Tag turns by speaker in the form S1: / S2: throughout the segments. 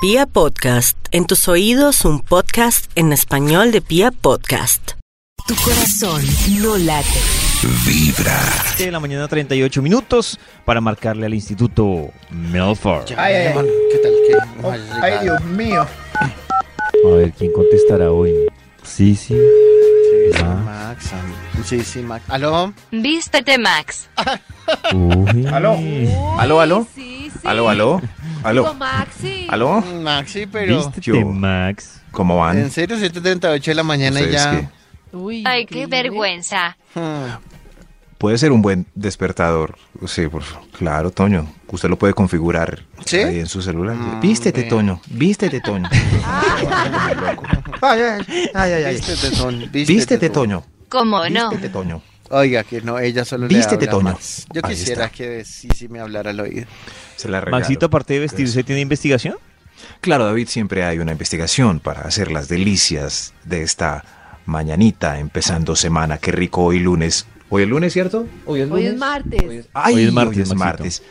S1: Pia Podcast, en tus oídos un podcast en español de Pia Podcast.
S2: Tu corazón no late.
S3: de la mañana 38 minutos para marcarle al Instituto Melford.
S4: Ay, ay, ay.
S5: ¿Qué tal? ¿Qué?
S4: Oh, ay, Dios mío.
S3: A ver quién contestará hoy. Sí, sí.
S5: Max. am- Sí, sí, Max. ¿Aló?
S2: Vístete, Max.
S3: Uy.
S4: Aló.
S6: ¿Aló, aló?
S2: Sí, sí.
S6: ¿Aló, aló?
S2: Digo,
S6: ¿Aló?
S2: Maxi.
S6: ¿Aló?
S5: Oh,
S6: Eh.
S5: Maxi, pero
S3: Vístete,
S6: yo-
S3: Max.
S6: ¿Cómo
S5: en
S6: van?
S5: serio, 7.38 de la mañana y
S6: ¿Ustedes
S5: ya.
S2: Ay, qué vergüenza.
S5: Hmm.
S6: qué? Puede ser un buen despertador. Sí, por favor. Claro, Toño. Usted lo puede configurar
S5: ¿Sí?
S6: ahí en su celular.
S5: Mm,
S6: vístete,
S5: bien.
S6: Toño. Vístete, Toño. Ah, ay, ay, ay, ay, ay.
S5: Vístete, Toño. Vístete,
S6: Vístete,
S5: Toño.
S6: Toño.
S2: ¿Cómo no?
S6: Vístete, Toño.
S5: Oiga, que no, ella solo
S6: Vístete,
S5: le habla a
S6: Toño.
S5: Max. Yo
S6: Ahí
S5: quisiera
S6: está.
S5: que sí, sí me hablara al oído.
S6: Se la regalo.
S3: Maxito, aparte de vestirse, ¿tiene investigación?
S6: Claro, David, siempre hay una investigación para hacer las delicias de esta mañanita empezando semana. Qué rico hoy lunes. Hoy es lunes, ¿cierto? Hoy es lunes. Hoy es martes.
S3: Hoy
S6: hoy
S3: es
S6: es
S3: martes,
S6: martes. Hoy es
S3: Maxito.
S6: martes.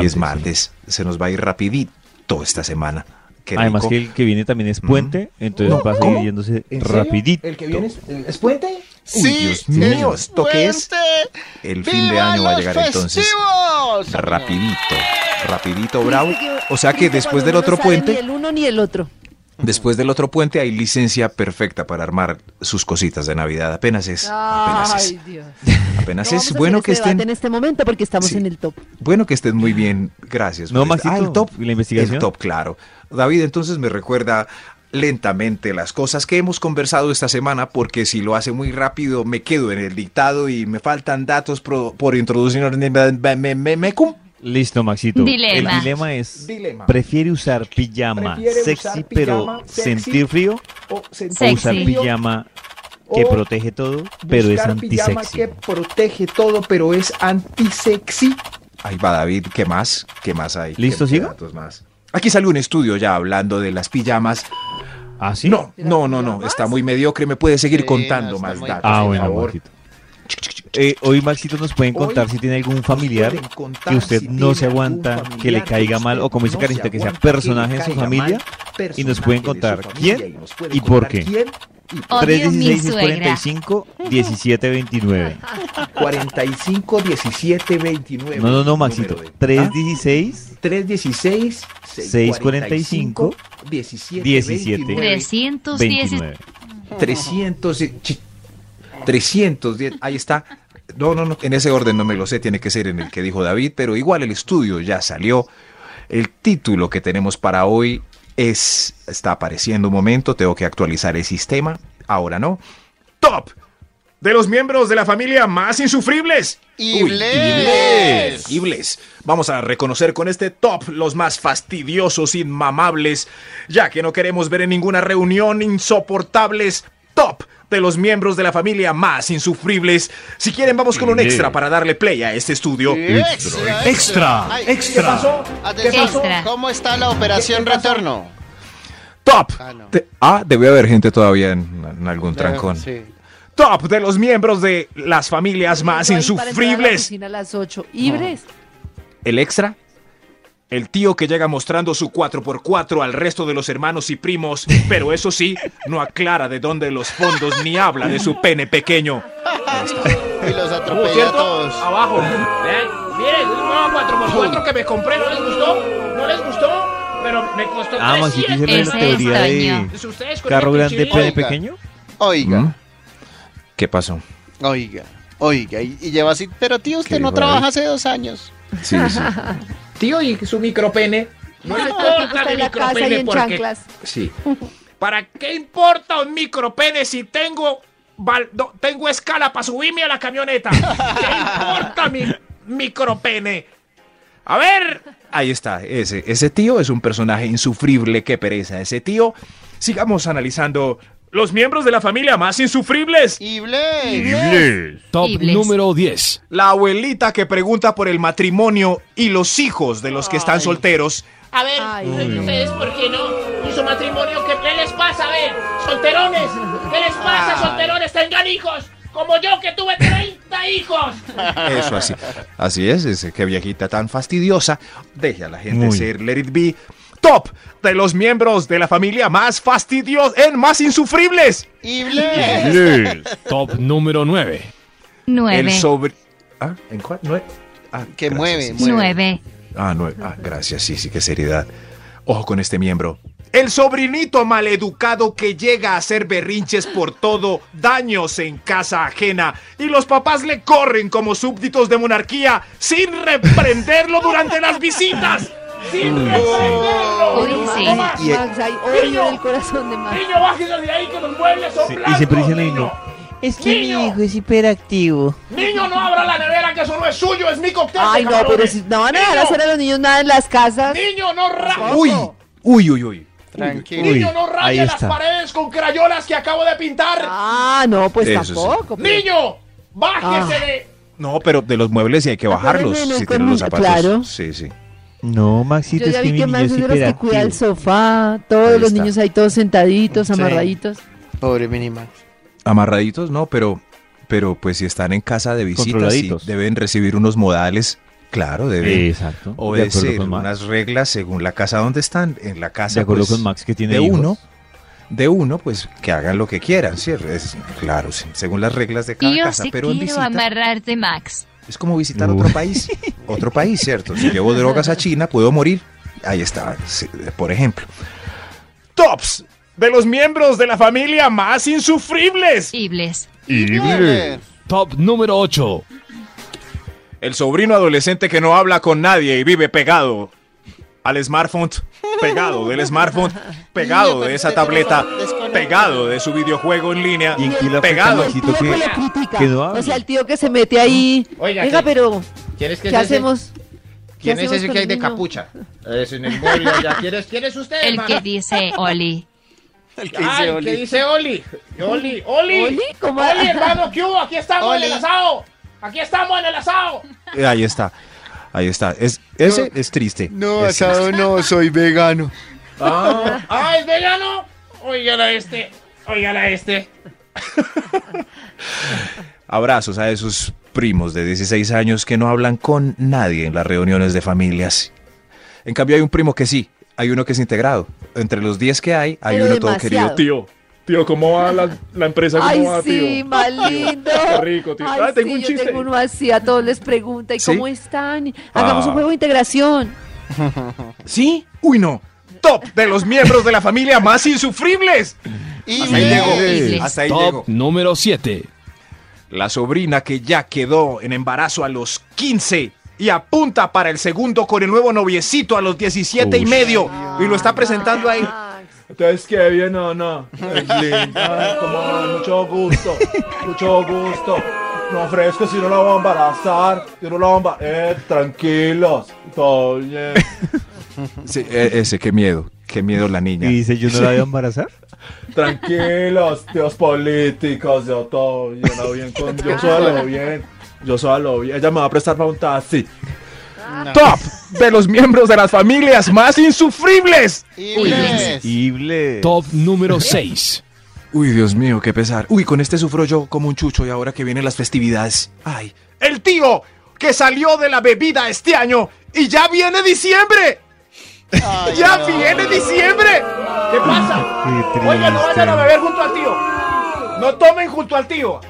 S6: Hoy es
S3: Martes,
S6: martes. Se nos va a ir rapidito esta semana. Qué
S3: Además
S6: rico. Mm.
S3: que el que viene también es puente, entonces
S6: No,
S3: va a
S6: ¿cómo?
S3: seguir yéndose
S6: ¿En serio?
S3: rapidito.
S6: ¿El que viene es, es puente? Uy, Dios
S5: es
S6: mío, ¿esto qué es?
S5: fuerte.
S6: El fin de
S5: ¡Viva
S6: año va a
S5: los
S6: llegar entonces.
S5: festivos!
S6: Rapidito, rapidito, bravo. O sea que después del otro puente...
S7: el uno ni el otro.
S6: Después del otro puente hay licencia perfecta para armar sus cositas de Navidad. Apenas es. Apenas es.
S7: Dios.
S6: Apenas
S7: No vamos a
S6: es.
S7: hacer
S6: Bueno
S7: este
S6: que
S7: debate
S6: estén.
S7: en este momento porque estamos
S6: Sí.
S7: en el top.
S6: Bueno que estén muy bien. Gracias.
S3: No,
S6: Maxito.
S3: Maxito,
S6: Ah, el top.
S3: ¿y la investigación?
S6: El top, claro. David, entonces me recuerda lentamente las cosas que hemos conversado esta semana porque si lo hace muy rápido me quedo en el dictado y me faltan datos pro- por introducir. Me, me- me- me- me- cum.
S3: Listo, Maxito.
S2: Dilema.
S3: El dilema es,
S6: Dilema.
S3: ¿prefiere usar pijama
S6: Prefiere usar pijama
S3: sexy pero
S6: sexy
S3: sentir frío
S6: Oh, se-
S3: o usar
S2: Sexy.
S3: pijama que
S6: O
S3: protege todo pero es
S6: Buscar pijama
S3: antisexy?
S6: que protege todo, pero es antisexy. Ahí va David, ¿qué más? ¿Qué más hay?
S3: ¿Listo,
S6: ¿Qué
S3: sigo?
S6: datos más? Aquí salió un estudio ya hablando de las pijamas.
S3: ¿Ah, sí?
S6: No, no, no, no, está muy mediocre, me puede seguir
S5: Sí, no,
S6: contando
S5: está
S6: más
S5: muy-
S6: datos.
S3: Ah,
S6: por
S3: bueno,
S6: favor.
S3: Maxito. Eh, hoy Maxito nos pueden contar
S6: Hoy
S3: si tiene algún familiar
S6: pueden contar
S3: que usted
S6: si
S3: no
S6: tiene
S3: se aguanta,
S6: algún
S3: que le
S6: familiar
S3: caiga
S6: que
S3: mal o como dice
S6: usted no
S3: Carita,
S6: se
S3: que sea
S6: aguanta,
S3: personaje
S6: le
S3: en su
S6: caiga mal,
S3: familia. y nos
S6: personaje
S3: pueden
S6: de su
S3: contar
S6: familia,
S3: quién
S6: y nos puede
S3: y por
S6: contar
S3: qué.
S6: quién y por qué.
S2: Odio mi
S3: 316
S2: suegra.
S3: 45 17 29.
S6: 45 17 29.
S3: No, no, no, Maxito.
S6: número de- ¿Ah?
S3: 316
S6: 316
S3: 645
S6: 17
S3: 17.
S2: 310.
S3: 29.
S6: 300 y- chi- 310 ahí está no no no en ese orden no me lo sé tiene que ser en el que dijo David pero igual el estudio ya salió el título que tenemos para hoy es está apareciendo un momento tengo que actualizar el sistema ahora no top de los miembros de la familia más insufribles Uy,
S5: ¡Ibles!
S6: Ibles. Vamos a reconocer con este top los más fastidiosos, inmamables, ya que no queremos ver en ninguna reunión insoportables. Top de los miembros de la familia más insufribles. Si quieren, vamos con un extra para darle play a este estudio.
S5: Oh, Extra,
S3: Extra,
S5: Ay,
S3: extra.
S5: ¿Qué pasó? Atención,
S2: Extra.
S5: ¿Cómo está la operación retorno?
S6: Top.
S5: Ah, no.
S6: de- ah, debe haber gente todavía en, en algún trancón.
S5: Sí.
S6: Top de los miembros de las familias más
S7: Ahí para entrar a la
S6: insufribles.
S7: oficina a las 8. Ibres.
S6: El extra. El tío que llega mostrando su 4x4 al resto de los hermanos y primos, pero eso sí, no aclara de dónde los fondos ni habla de su pene pequeño.
S5: Y los atropella a todos.
S6: Abajo. Vean, miren, un nuevo 4x4 que me compré, ¿no les gustó? ¿No les gustó? Pero me costó
S3: Ah, Maxito hizo la
S2: Ese es
S3: teoría de
S2: Toño.
S8: Si ustedes con
S3: carro
S8: este
S3: grande,
S8: cuchillo-
S3: pene ¿Mm?
S5: Oiga.
S3: pequeño.
S5: Oiga,
S6: ¿Qué pasó?
S5: oiga, oiga. Y, y lleva así, pero tío,
S6: ¿Qué
S5: usted no
S6: dijo
S5: trabaja
S6: David?
S5: hace dos años.
S6: Sí, sí.
S8: Tío, y su micropene. No
S7: Ah,
S8: importa
S7: está
S8: mi
S7: en la casa y
S8: micropene
S7: en
S8: porque.
S7: chanclas.
S6: sí.
S8: ¿Para qué importa un micropene si tengo. val- no, tengo escala para subirme a la camioneta? ¿Qué importa mi micropene? A ver.
S6: Ahí está, ese, ese tío es un personaje insufrible, qué pereza ese tío. Sigamos analizando los miembros de la familia más insufribles.
S5: ¡Ibles!
S2: Top número.
S6: La abuelita que pregunta por el matrimonio y los hijos de los que están solteros.
S8: A ver,
S7: Ay,
S8: ustedes, ¿por qué no? ¿Y su matrimonio qué qué les pasa? A ver, solterones, ¿qué les pasa,
S5: Ay.
S8: solterones? Tengan hijos, como yo que tuve 30 hijos.
S6: Eso así. Así es, es que viejita tan fastidiosa. Deje a la gente
S3: Muy.
S6: ser let it be. top de los miembros de la familia más fastidiosos, en más insufribles.
S5: ¡Ible!
S4: Top número 9.
S6: El
S2: 9.
S6: sobre... ¿Ah? ¿En cuál? ¿Nueve? Ah,
S5: Que
S6: gracias,
S5: mueve,
S6: sí, sí.
S2: 9.
S6: Ah, nueve. Ah, gracias, sí, sí, qué seriedad. Ojo con este miembro.
S8: El sobrinito maleducado que llega a hacer berrinches por todo, daños en casa ajena, y los papás le corren como súbditos de monarquía sin reprenderlo durante las visitas. ¡Sin reprenderlo!
S2: Uy, sí.
S8: ¡No más!
S5: Y-
S7: Max, hay odio
S8: Niño.
S7: en el corazón de Max.
S8: Niño, bájese de ahí que los muebles son
S3: Sí, y
S8: blancos,
S3: siempre dicen ahí,
S8: niño.
S9: Es que mi
S8: Niño.
S9: hijo es hiperactivo.
S8: Niño, no abra la nevera, que eso no es suyo, es mi cóctel. de
S7: Ay, no,
S8: camarones.
S7: pero si no van a dejar
S8: Niño,
S7: hacer a los niños nada en las casas.
S8: Niño, no ra-
S6: Uy, uy, uy, uy.
S5: Tranquilo.
S3: Uy,
S8: niño, no
S3: ahí
S8: raya las
S3: está.
S8: paredes con crayolas que acabo de pintar.
S7: Ah, no, pues
S6: Eso sí.
S7: tampoco. pero-
S8: Niño, bájese
S7: Ah.
S8: de...
S6: No, pero de los muebles sí hay que
S7: Los
S6: bajarlos.
S7: muebles no,
S6: Si
S7: con
S6: tienen los
S7: un-
S6: zapatos.
S7: claro.
S6: Sí, sí.
S3: No, Maxito,
S7: Yo
S3: es
S7: ya
S3: que
S7: vi
S3: mi
S7: que
S3: niño
S7: Max
S3: es
S7: es de los que cuida el
S3: hiperactivo.
S7: sofá, todos
S6: Ahí
S7: los
S6: está.
S7: niños ahí todos sentaditos,
S5: Sí.
S7: amarraditos.
S5: Pobre Minimax.
S6: Amarraditos, no, pero, pero pues si están en casa de visitas, sí,
S3: Controladitos.
S6: deben recibir unos modales. Claro, deben
S3: Exacto. De acuerdo
S6: obedecer
S3: con Max.
S6: unas reglas según la casa donde están. En la casa
S3: De acuerdo
S6: pues,
S3: con Max que tiene
S6: de
S3: hijos.
S6: uno, de uno, pues que hagan lo que quieran, ¿sí? Es- claro, sí, según las reglas de cada
S2: Yo
S6: casa.
S2: sí
S6: Pero en
S2: quiero
S6: visita
S2: amarrarte, Max.
S6: es como visitar
S3: Uy.
S6: otro país, otro país, ¿cierto? Si llevo drogas a China, puedo morir. Ahí está, sí, por ejemplo.
S8: Tops de los miembros de la familia más insufribles.
S2: Ibles.
S5: ¡Ible!
S4: Top número 8.
S6: El sobrino adolescente que no habla con nadie y vive pegado al smartphone, pegado del smartphone, pegado de esa tableta, pegado de su videojuego en línea,
S3: ¿Y en qué le afecta
S6: pegado.
S7: El
S3: Maxito,
S7: tío que
S3: que-
S7: lo critica.
S3: que no
S7: o
S3: hable?
S7: sea, el tío que se mete ahí.
S10: Oiga,
S7: Oiga,
S10: ¿qué-
S7: pero
S10: ¿Quieres que
S7: ¿qué,
S10: es ese?
S7: hacemos?
S10: ¿Quién es
S7: hacemos
S10: ese
S7: con
S10: que hay
S7: el
S10: de
S7: niño?
S10: capucha? Es en el mueble allá. ¿Quién es, quién es usted,
S2: El
S10: hermano?
S2: que dice Oli.
S5: El que
S10: Ay,
S5: dice
S10: ¿qué
S5: Oli.
S10: dice Oli? Oli, Oli.
S7: Oli, ¿cómo?
S8: Oli, hermano, ¿qué hubo? Aquí estamos
S5: Oli.
S8: en el asado. Aquí estamos en el asado.
S6: Eh, Ahí está, ahí está. Es, ese es triste.
S5: No,
S6: Es triste.
S5: asado no, soy vegano.
S8: Ah, ¿es vegano? Óigala este. Óigala este.
S6: Abrazos a esos primos de 16 años que no hablan con nadie en las reuniones de familias. En cambio hay un primo que sí, hay uno que es integrado. Entre los 10 que hay, hay
S7: Pero
S6: uno todo
S7: demasiado.
S6: querido.
S8: Tío, tío, ¿cómo va la, la empresa?
S7: Ay, sí, más lindo. Qué
S8: rico, tío.
S7: Ay,
S8: Ah, tengo
S7: sí,
S8: un
S7: yo
S8: chiste.
S7: tengo uno así, a todos les pregunta, ¿y
S6: ¿Sí?
S7: cómo están? Hagamos un
S6: Ah.
S7: juego de integración.
S6: ¿Sí? Uy, no.
S8: Top de los miembros de la familia más insufribles.
S5: ¡Ible!
S2: ahí llegó.
S6: Hasta ahí llegó.
S4: Top número 7.
S6: La sobrina que ya quedó en embarazo a los 15 y apunta para el segundo con el nuevo noviecito a los 17 y
S4: Ush.
S6: medio y lo está presentando ahí.
S8: Entonces, ¿qué bien no, no? Es linda, como mucho gusto, mucho gusto. No ofrezco si no la voy a embarazar, yo no la voy a embarazar. Eh, tranquilos, todo bien.
S6: Sí, e- ese, qué miedo. Qué miedo la
S3: Y
S6: niña.
S3: dice, yo no la voy a embarazar.
S8: Tranquilos, tíos políticos, yo todo bien, yo lo bien con yo solo bien. Yo solo bien. Ella me va a prestar para un taxi.
S5: Ah.
S6: Top de los miembros de las familias más insufribles.
S5: ¡Ible!
S3: Ible.
S4: Top número 6.
S6: Uy, Dios mío, qué pesar. Uy, con este sufro yo como un chucho y ahora que vienen las festividades. Ay.
S8: El tío que salió de la bebida este año y ya viene diciembre.
S5: Ay,
S8: ¡Ya
S5: no.
S8: viene diciembre! ¿Qué pasa?
S3: Qué triste.
S8: Oiga, no vayan a beber junto al tío. No tomen junto al tío.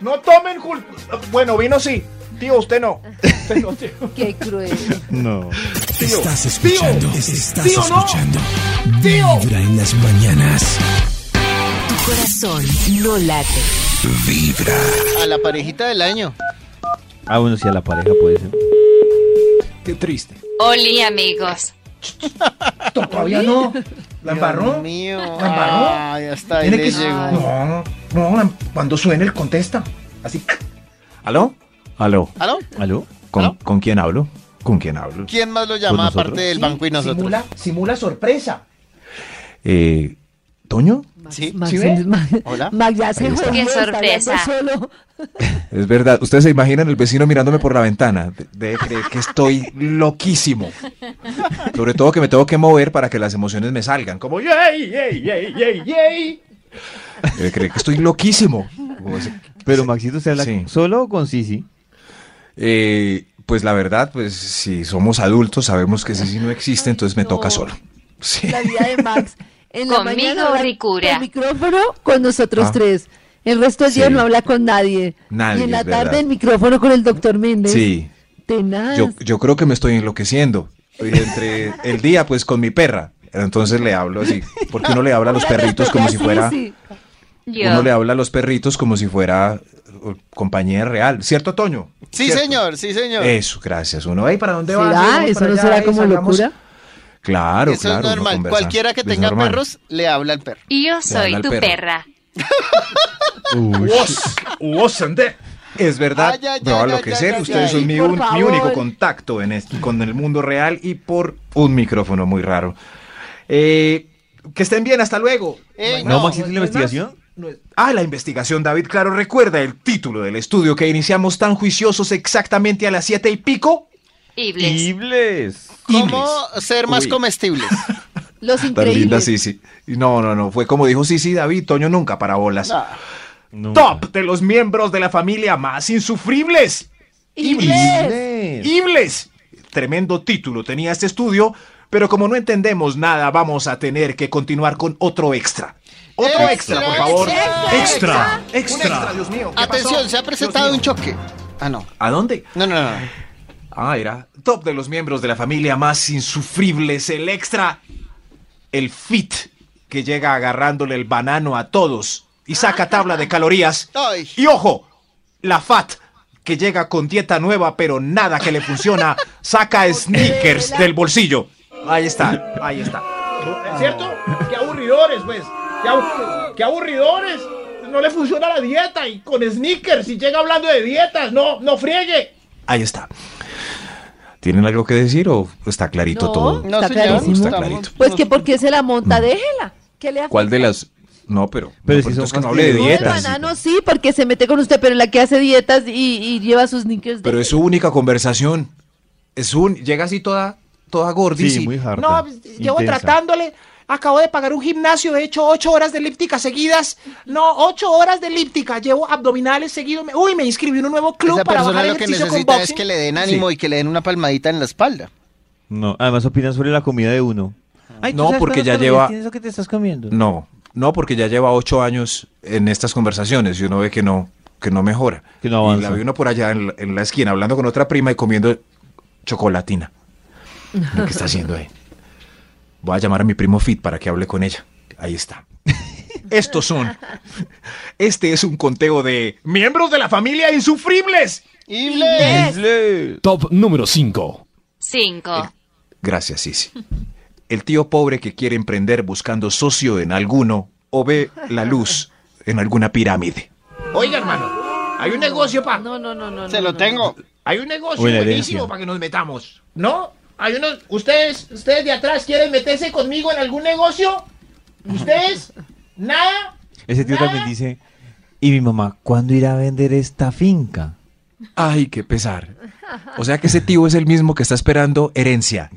S8: No tomen junto. Bueno, vino sí. Tío, usted no. Usted no, tío.
S7: Qué cruel.
S3: No.
S11: Estás escuchando.
S8: Tío.
S11: Estás
S8: Tío, no.
S11: escuchando.
S8: Tío.
S11: Vibra en las mañanas.
S1: Tu corazón no late.
S11: Vibra.
S5: A la parejita del año.
S3: Ah, bueno, si a la pareja puede ser.
S6: Qué triste.
S2: Oli, amigos.
S10: Todavía no. ¿La
S5: Dios
S10: embarró?
S5: mío.
S10: ¿La embarró?
S5: Ay, hasta ahí
S10: Tiene
S5: le
S10: que... Ah.
S5: llegó.
S10: No, no, la- em, cuando suene él contesta. Así.
S6: ¿Aló? ¿Aló?
S5: ¿Aló?
S3: ¿Aló?
S6: ¿Con,
S5: ¿Aló?
S6: ¿con quién hablo? ¿Con quién hablo?
S5: ¿Quién más lo llama
S3: Pues nosotros.
S5: aparte del banco y nosotros?
S10: Simula, simula sorpresa.
S6: Eh, ¿Toño?
S7: Max,
S5: Sí.
S7: Max,
S10: ¿Sí ve?
S7: Max-
S5: Hola.
S7: Max ya se
S6: Ahí
S7: fue.
S6: está.
S2: Qué
S7: está hablando
S2: sorpresa.
S7: solo.
S6: Es verdad, ustedes se imaginan el vecino mirándome por la ventana. De- Debe creer que estoy loquísimo. Sobre todo que me tengo que mover para que las emociones me salgan. Como, ¡yay, yay, yay, yay, yay! Debe creer Eh, que estoy loquísimo. Como ese-
S3: Pero Maxito se habla
S6: Sí.
S3: solo o con Sisi.
S6: Eh, pues la verdad, pues si somos adultos sabemos que ese sí no existe, entonces me toca solo.
S7: la vida de Max. En la
S2: Conmigo,
S7: mañana habla
S2: ricura.
S7: por micrófono con nosotros
S6: Ah.
S7: tres. El resto del día
S6: Sí.
S7: no habla con nadie.
S6: Nadie,
S7: y en la
S6: es verdad.
S7: tarde el micrófono con el doctor Méndez.
S6: Sí,
S7: Tenaz.
S6: yo, yo creo que me estoy enloqueciendo. Y Entre el día, pues con mi perra. Entonces le hablo así, porque uno le habla a los perritos como si fuera...
S7: Ah, Sí, sí.
S2: Yo.
S6: Uno le habla a los perritos como si fuera eh, compañía real. ¿Cierto, Toño?
S5: Sí,
S6: ¿Cierto? Eh,
S5: señor, sí, señor.
S6: Eso, gracias. Uno, ¿ay, para dónde vas?
S7: ¿Será?
S6: Vamos
S7: ah, ¿Eso
S6: para
S7: no
S6: allá,
S7: será
S6: ay,
S7: como
S6: salgamos".
S7: locura?
S6: Claro,
S5: Eso
S6: claro.
S5: es
S6: uno
S5: normal.
S6: conversa.
S5: Cualquiera que
S6: Es
S5: tenga
S6: normal.
S5: perros le habla al perro.
S2: Y yo
S6: habla
S2: soy
S6: al
S2: tu
S6: perro.
S2: perra.
S6: Uy,
S10: Vos, vos, Andé.
S6: es verdad.
S5: Ay, ay, ay,
S6: me va a
S5: ay,
S6: enloquecer.
S5: ay, ay,
S6: Ustedes
S5: ay.
S6: son mi,
S7: Por
S6: un- mi
S7: favor.
S6: único contacto en este- con el mundo real y por un micrófono muy raro. Eh, que estén bien. Hasta luego.
S5: Ey,
S3: ¿No,
S5: Eh, no.
S3: Maxito, la investigación?
S6: No es- Ah, la investigación, David, claro, recuerda el título del estudio que iniciamos tan juiciosos exactamente a las siete y pico.
S2: Ibles.
S3: Ibles.
S5: ¿Cómo ser más
S6: Uy.
S5: comestibles?
S7: Los
S6: Tan
S7: increíbles.
S6: linda, sí, sí. No, no, no, fue como dijo sí, sí, David, Toño nunca para bolas.
S5: No.
S3: Nunca.
S8: Top de los miembros de la familia más insufribles.
S7: Inglés.
S3: Ibles.
S8: ¡Ibles!
S6: Tremendo título tenía este estudio, pero como no entendemos nada, vamos a tener que continuar con otro extra. Otro extra, por favor.
S5: Extra.
S6: Un extra, Dios mío. ¿qué
S5: Atención,
S6: pasó?
S5: se ha presentado
S6: Dios
S5: un
S6: mío.
S5: choque. Ah, no.
S6: ¿A dónde?
S5: No, no, no. no.
S6: Ah, era top de los miembros de la familia más insufribles, el extra, el fit, que llega agarrándole el banano a todos y saca tabla de calorías.
S5: Ay.
S6: Y ojo, la fat, que llega con dieta nueva pero nada que le funciona, saca sneakers del bolsillo. Ahí está, ahí está.
S8: ¿Es cierto? ¡Qué aburridores, pues! ¡Qué, abu- qué aburridores! No le funciona la dieta y con sneakers y llega hablando de dietas. ¡No, no friegue!
S6: Ahí está. ¿Tienen algo que decir o está clarito
S7: No.
S6: todo?
S5: No,
S7: Está
S5: señor.
S7: clarísimo.
S6: Está
S5: Estamos-
S6: clarito. Mm.
S7: Pues que porque se la monta, déjela. ¿Qué le afecta?
S6: ¿Cuál de las? No, pero,
S3: Pero
S6: no,
S3: si son
S6: entonces que no hable de
S7: No, el
S3: fastidiosas.
S6: dietas.
S7: banano sí, porque se mete con usted, pero la que hace dietas y, y lleva sus sneakers.
S6: Pero es su única conversación. Es un, llega así toda, toda gordis.
S3: Sí,
S6: y-
S3: muy harta.
S8: No, pues, llevo
S3: Intensa.
S8: tratándole. Acabo de pagar un gimnasio, he hecho ocho horas de elíptica seguidas. No, ocho horas de elíptica. Llevo abdominales seguidos. Me- Uy, me inscribí en un nuevo club
S5: Esa
S8: para
S5: persona
S8: bajar
S5: lo que
S8: ejercicio con
S5: necesita
S8: boxing.
S5: es que le den ánimo y que le den una palmadita en la espalda.
S3: No, además opinan sobre la comida de uno. Ay, ¿tú
S6: No,
S3: sabes
S6: porque
S3: cuántas
S6: ya
S3: calorías
S6: lleva-
S3: ¿Tienes eso que te estás comiendo?
S6: No, no, porque ya lleva ocho años en estas conversaciones y uno ve que no, que no mejora.
S3: Que no avanza.
S6: Y la vi uno por allá en la, en la esquina hablando con otra prima y comiendo chocolatina. Lo que está haciendo ahí? Voy a llamar a mi primo Fit para que hable con ella. Ahí está. Estos son. Este es un conteo de
S8: Miembros de la familia insufribles.
S5: Y
S4: Top número 5.
S2: Cinco.
S6: Gracias, Sisi. El tío pobre que quiere emprender buscando socio en alguno o ve la luz en alguna pirámide.
S8: Oiga, hermano, hay un negocio para.
S7: No, no, no, no.
S5: Se
S7: no,
S5: lo
S7: no,
S5: tengo.
S8: Hay un negocio
S3: Buena
S8: buenísimo
S3: herencia.
S8: para que nos metamos. ¿No? Hay unos. Ustedes, ustedes de atrás quieren meterse conmigo en algún negocio. ¿Ustedes? ¿Nada?
S3: Ese tío
S8: ¿Nada?
S3: también dice, ¿y mi mamá cuándo irá a vender esta finca?
S6: Ay, qué pesar. O sea que ese tío es el mismo que está esperando herencia.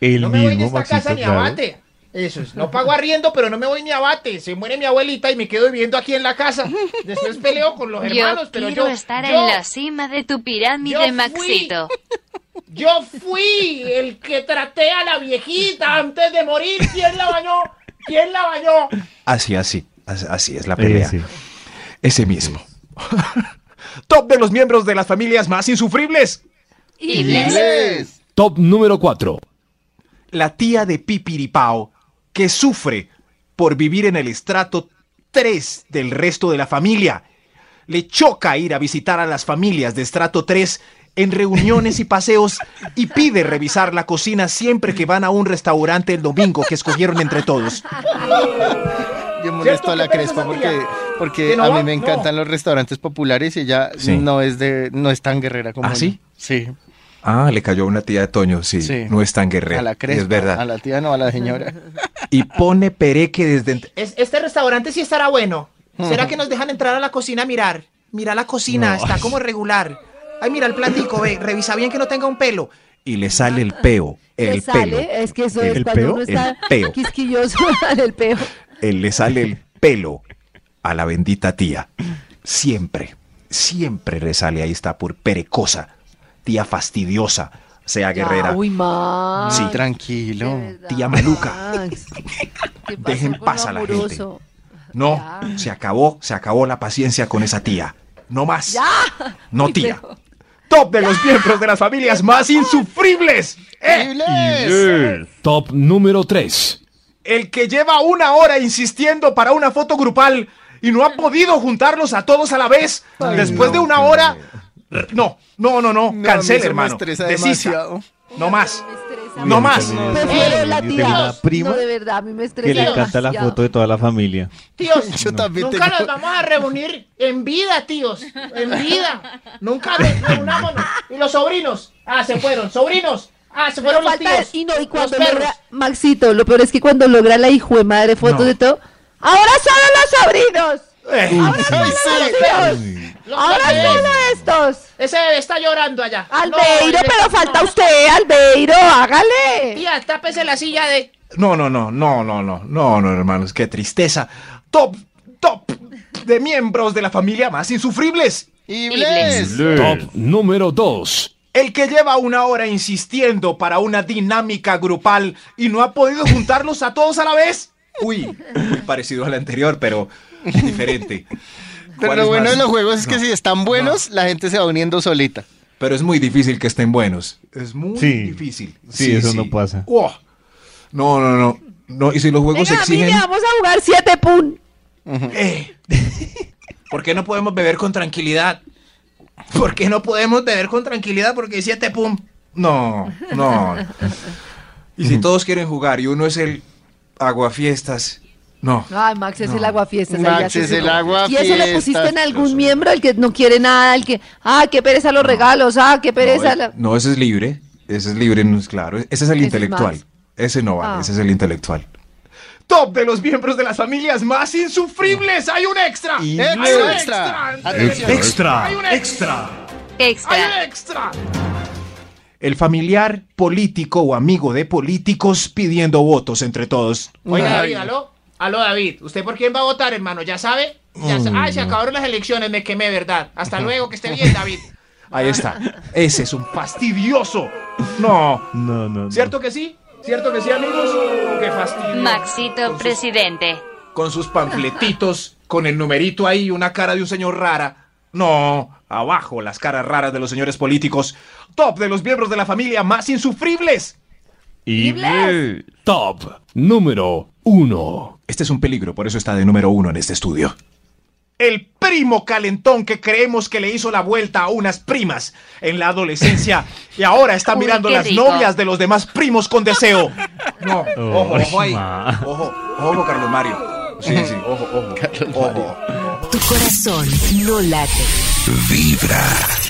S3: El
S8: No me voy de
S3: mismo,
S8: esta
S3: Maxito,
S8: casa ni
S3: claro.
S8: abate. Eso es. No pago arriendo, pero no me voy ni abate. Se muere mi abuelita y me quedo viviendo aquí en la casa. Después peleo con los hermanos,
S2: Yo
S8: pero
S2: quiero
S8: yo.
S2: estar
S8: yo-
S2: en la cima de tu
S8: yo
S2: pirámide,
S8: fui-
S2: Maxito.
S8: Yo fui el que traté a la viejita antes de morir. ¿Quién la bañó? ¿Quién la bañó?
S6: Así, así. as- Así es la
S3: Eh,
S6: pelea.
S3: sí.
S6: Ese mismo.
S8: Top de los miembros de las familias más insufribles.
S5: Inglés.
S4: Top número 4.
S6: La tía de Pipiripao que sufre por vivir en el estrato 3 del resto de la familia. Le choca ir a visitar a las familias de estrato 3 en reuniones y paseos y pide revisar la cocina siempre que van a un restaurante el domingo que escogieron entre todos.
S5: Yo molesto a la
S8: ¿Qué pasa,
S5: Crespa porque,
S8: Sofía?
S5: porque
S8: ¿Que no
S5: a
S8: va?
S5: mí me
S8: No.
S5: encantan los restaurantes populares y ella
S6: Sí.
S5: no es de no es tan guerrera como
S6: ¿Ah,
S5: yo.
S6: sí?
S5: Sí.
S6: Ah, le cayó una tía de Toño, sí,
S5: Sí.
S6: no es tan guerrera.
S5: A la Crespa,
S6: Es verdad.
S5: a la tía no, a la señora.
S6: Y pone pereque desde... ent-
S8: Es- este restaurante sí estará bueno. ¿Será que nos dejan entrar a la cocina a mirar? Mira la cocina, está como regular. Ay, mira el platico, ve, revisa bien que no tenga un pelo.
S6: Y le sale el peo,
S7: Le
S6: el
S7: sale,
S6: pelo.
S7: es que eso
S6: ¿El
S7: es cuando
S6: peo?
S7: uno está
S6: El peo.
S7: quisquilloso en el peo.
S6: él le sale el pelo a la bendita tía. Siempre, siempre le sale, ahí está, por perecosa, tía fastidiosa,
S12: sea guerrera.
S7: Uy,
S8: Ah.
S7: Max.
S12: Sí,
S5: Tranquilo.
S7: de verdad,
S12: tía Maluca.
S7: Max. ¿Qué pasa
S12: Dejen
S7: con
S12: paz a la gente.
S7: amoroso?
S12: No,
S7: Ya.
S12: se acabó, se acabó la paciencia con esa tía. No más.
S7: Ya.
S12: No
S7: Ay,
S12: tía.
S7: pero-
S6: Top de los miembros de las familias más insufribles. Eh,
S13: Top número 3.
S6: el que lleva una hora insistiendo para una foto grupal y no ha podido juntarlos a todos a la vez después de una hora. No, no, no, no.
S5: No, a mí
S6: Cancel,
S5: eso me
S6: hermano.
S5: estresa
S6: Desista.
S5: demasiado.
S6: No más.
S7: Me estresa
S6: No más.
S3: Yo tengo-
S7: Prefiero la
S3: yo tengo
S7: tía.
S3: una prima
S7: No, de verdad, a mí me estresa
S3: que le encanta la
S7: demasiado.
S3: foto de toda la familia.
S5: Yo también
S8: Nunca
S5: tengo-
S8: nos vamos a reunir en vida, tíos. En vida. Nunca nos reunámonos. Y los sobrinos. Ah, se fueron. Sobrinos. Ah, se
S7: Pero
S8: fueron los
S7: falta
S8: tíos.
S7: y no, y cuando
S8: los perros.
S7: logra, Maxito, lo peor es que cuando logra la hijo de madre fotos de todo, ahora solo los sobrinos,
S6: Eh,
S7: ahora solo los tíos,
S8: Los
S7: ahora
S8: Albeiro.
S7: solo estos.
S8: Ese está llorando allá.
S7: Albeiro,
S8: No,
S7: pero
S8: no.
S7: falta usted, Albeiro, hágale.
S8: Tía, tápese la silla de...
S12: No, no, no, no, no, no, no, no, hermanos, qué tristeza.
S6: top, top de miembros de la familia más insufribles.
S5: Ibles.
S13: Top número 2.
S6: El que lleva una hora insistiendo para una dinámica grupal y no ha podido juntarlos a todos a la vez.
S12: Uy, muy parecido al anterior, pero diferente.
S5: Pero
S12: ¿Cuál
S5: lo
S12: es
S5: bueno
S12: más?
S5: de los juegos es que si están buenos, la gente se va uniendo solita.
S12: Pero es muy difícil que estén buenos. Es muy
S3: Sí.
S12: difícil.
S3: Sí, eso no pasa.
S12: Oh. No, no, no. No, y si los juegos
S7: Venga,
S12: exigen,
S7: familia, vamos a jugar siete pun.
S6: Eh, ¿Por qué no podemos beber con tranquilidad? ¿Por qué no podemos beber con tranquilidad? Porque siete pum.
S12: no, no. Y si todos quieren jugar y uno es el aguafiestas, no.
S7: Ay, Max es el aguafiestas. ahí ya
S5: Max
S7: se
S5: es el
S7: supo.
S5: agua.
S7: ¿Y eso le
S5: fiestas.
S7: pusiste en algún
S12: soy-
S7: miembro, el que no quiere nada, el que, ah, qué pereza los regalos, ah, qué pereza.
S12: No,
S7: la-
S12: eh, no, ese es libre. Ese es libre, no es claro. Ese es el
S7: Ese es
S12: intelectual.
S7: Max.
S12: ese no vale,
S7: Ah.
S12: ese es el intelectual.
S6: Top de los miembros de las familias más insufribles. Hay un extra.
S5: Y
S6: Hay un
S5: extra.
S6: Andrés.
S5: Atención.
S3: Ah,
S6: Hay un extra. Hay un
S2: Extra.
S6: extra.
S12: El familiar político o amigo de políticos pidiendo votos entre todos.
S8: Oiga,
S5: Ay,
S8: David, aló. Aló, David. ¿Usted por quién va a votar, hermano? ¿Ya sabe? Ya sa- Ay, se acabaron las elecciones. Me quemé, ¿verdad? Hasta luego. Que esté bien, David.
S12: Ahí está. Ese es un
S6: Fastidioso. No.
S3: No, no, no.
S6: ¿Cierto que sí? ¿Cierto que sí, amigos? Qué fastidio.
S2: Maxito presidente.
S6: Con sus panfletitos, con el numerito ahí, una cara de un señor rara. No, abajo las caras raras de los señores políticos. Top de los miembros de la familia más insufribles.
S3: Ibles.
S13: Top número 1.
S12: Este es un peligro, por eso está de número uno en este estudio.
S6: El primo calentón que creemos que le hizo la vuelta a unas primas en la adolescencia y ahora está
S2: Uy,
S6: mirando
S2: qué
S6: las
S2: rico.
S6: novias de los demás primos con deseo.
S12: No, ojo, ojo ahí. Ojo, ojo, Carlos Mario. Sí, sí, ojo, ojo. ojo.
S1: Tu corazón no late.
S14: vibra.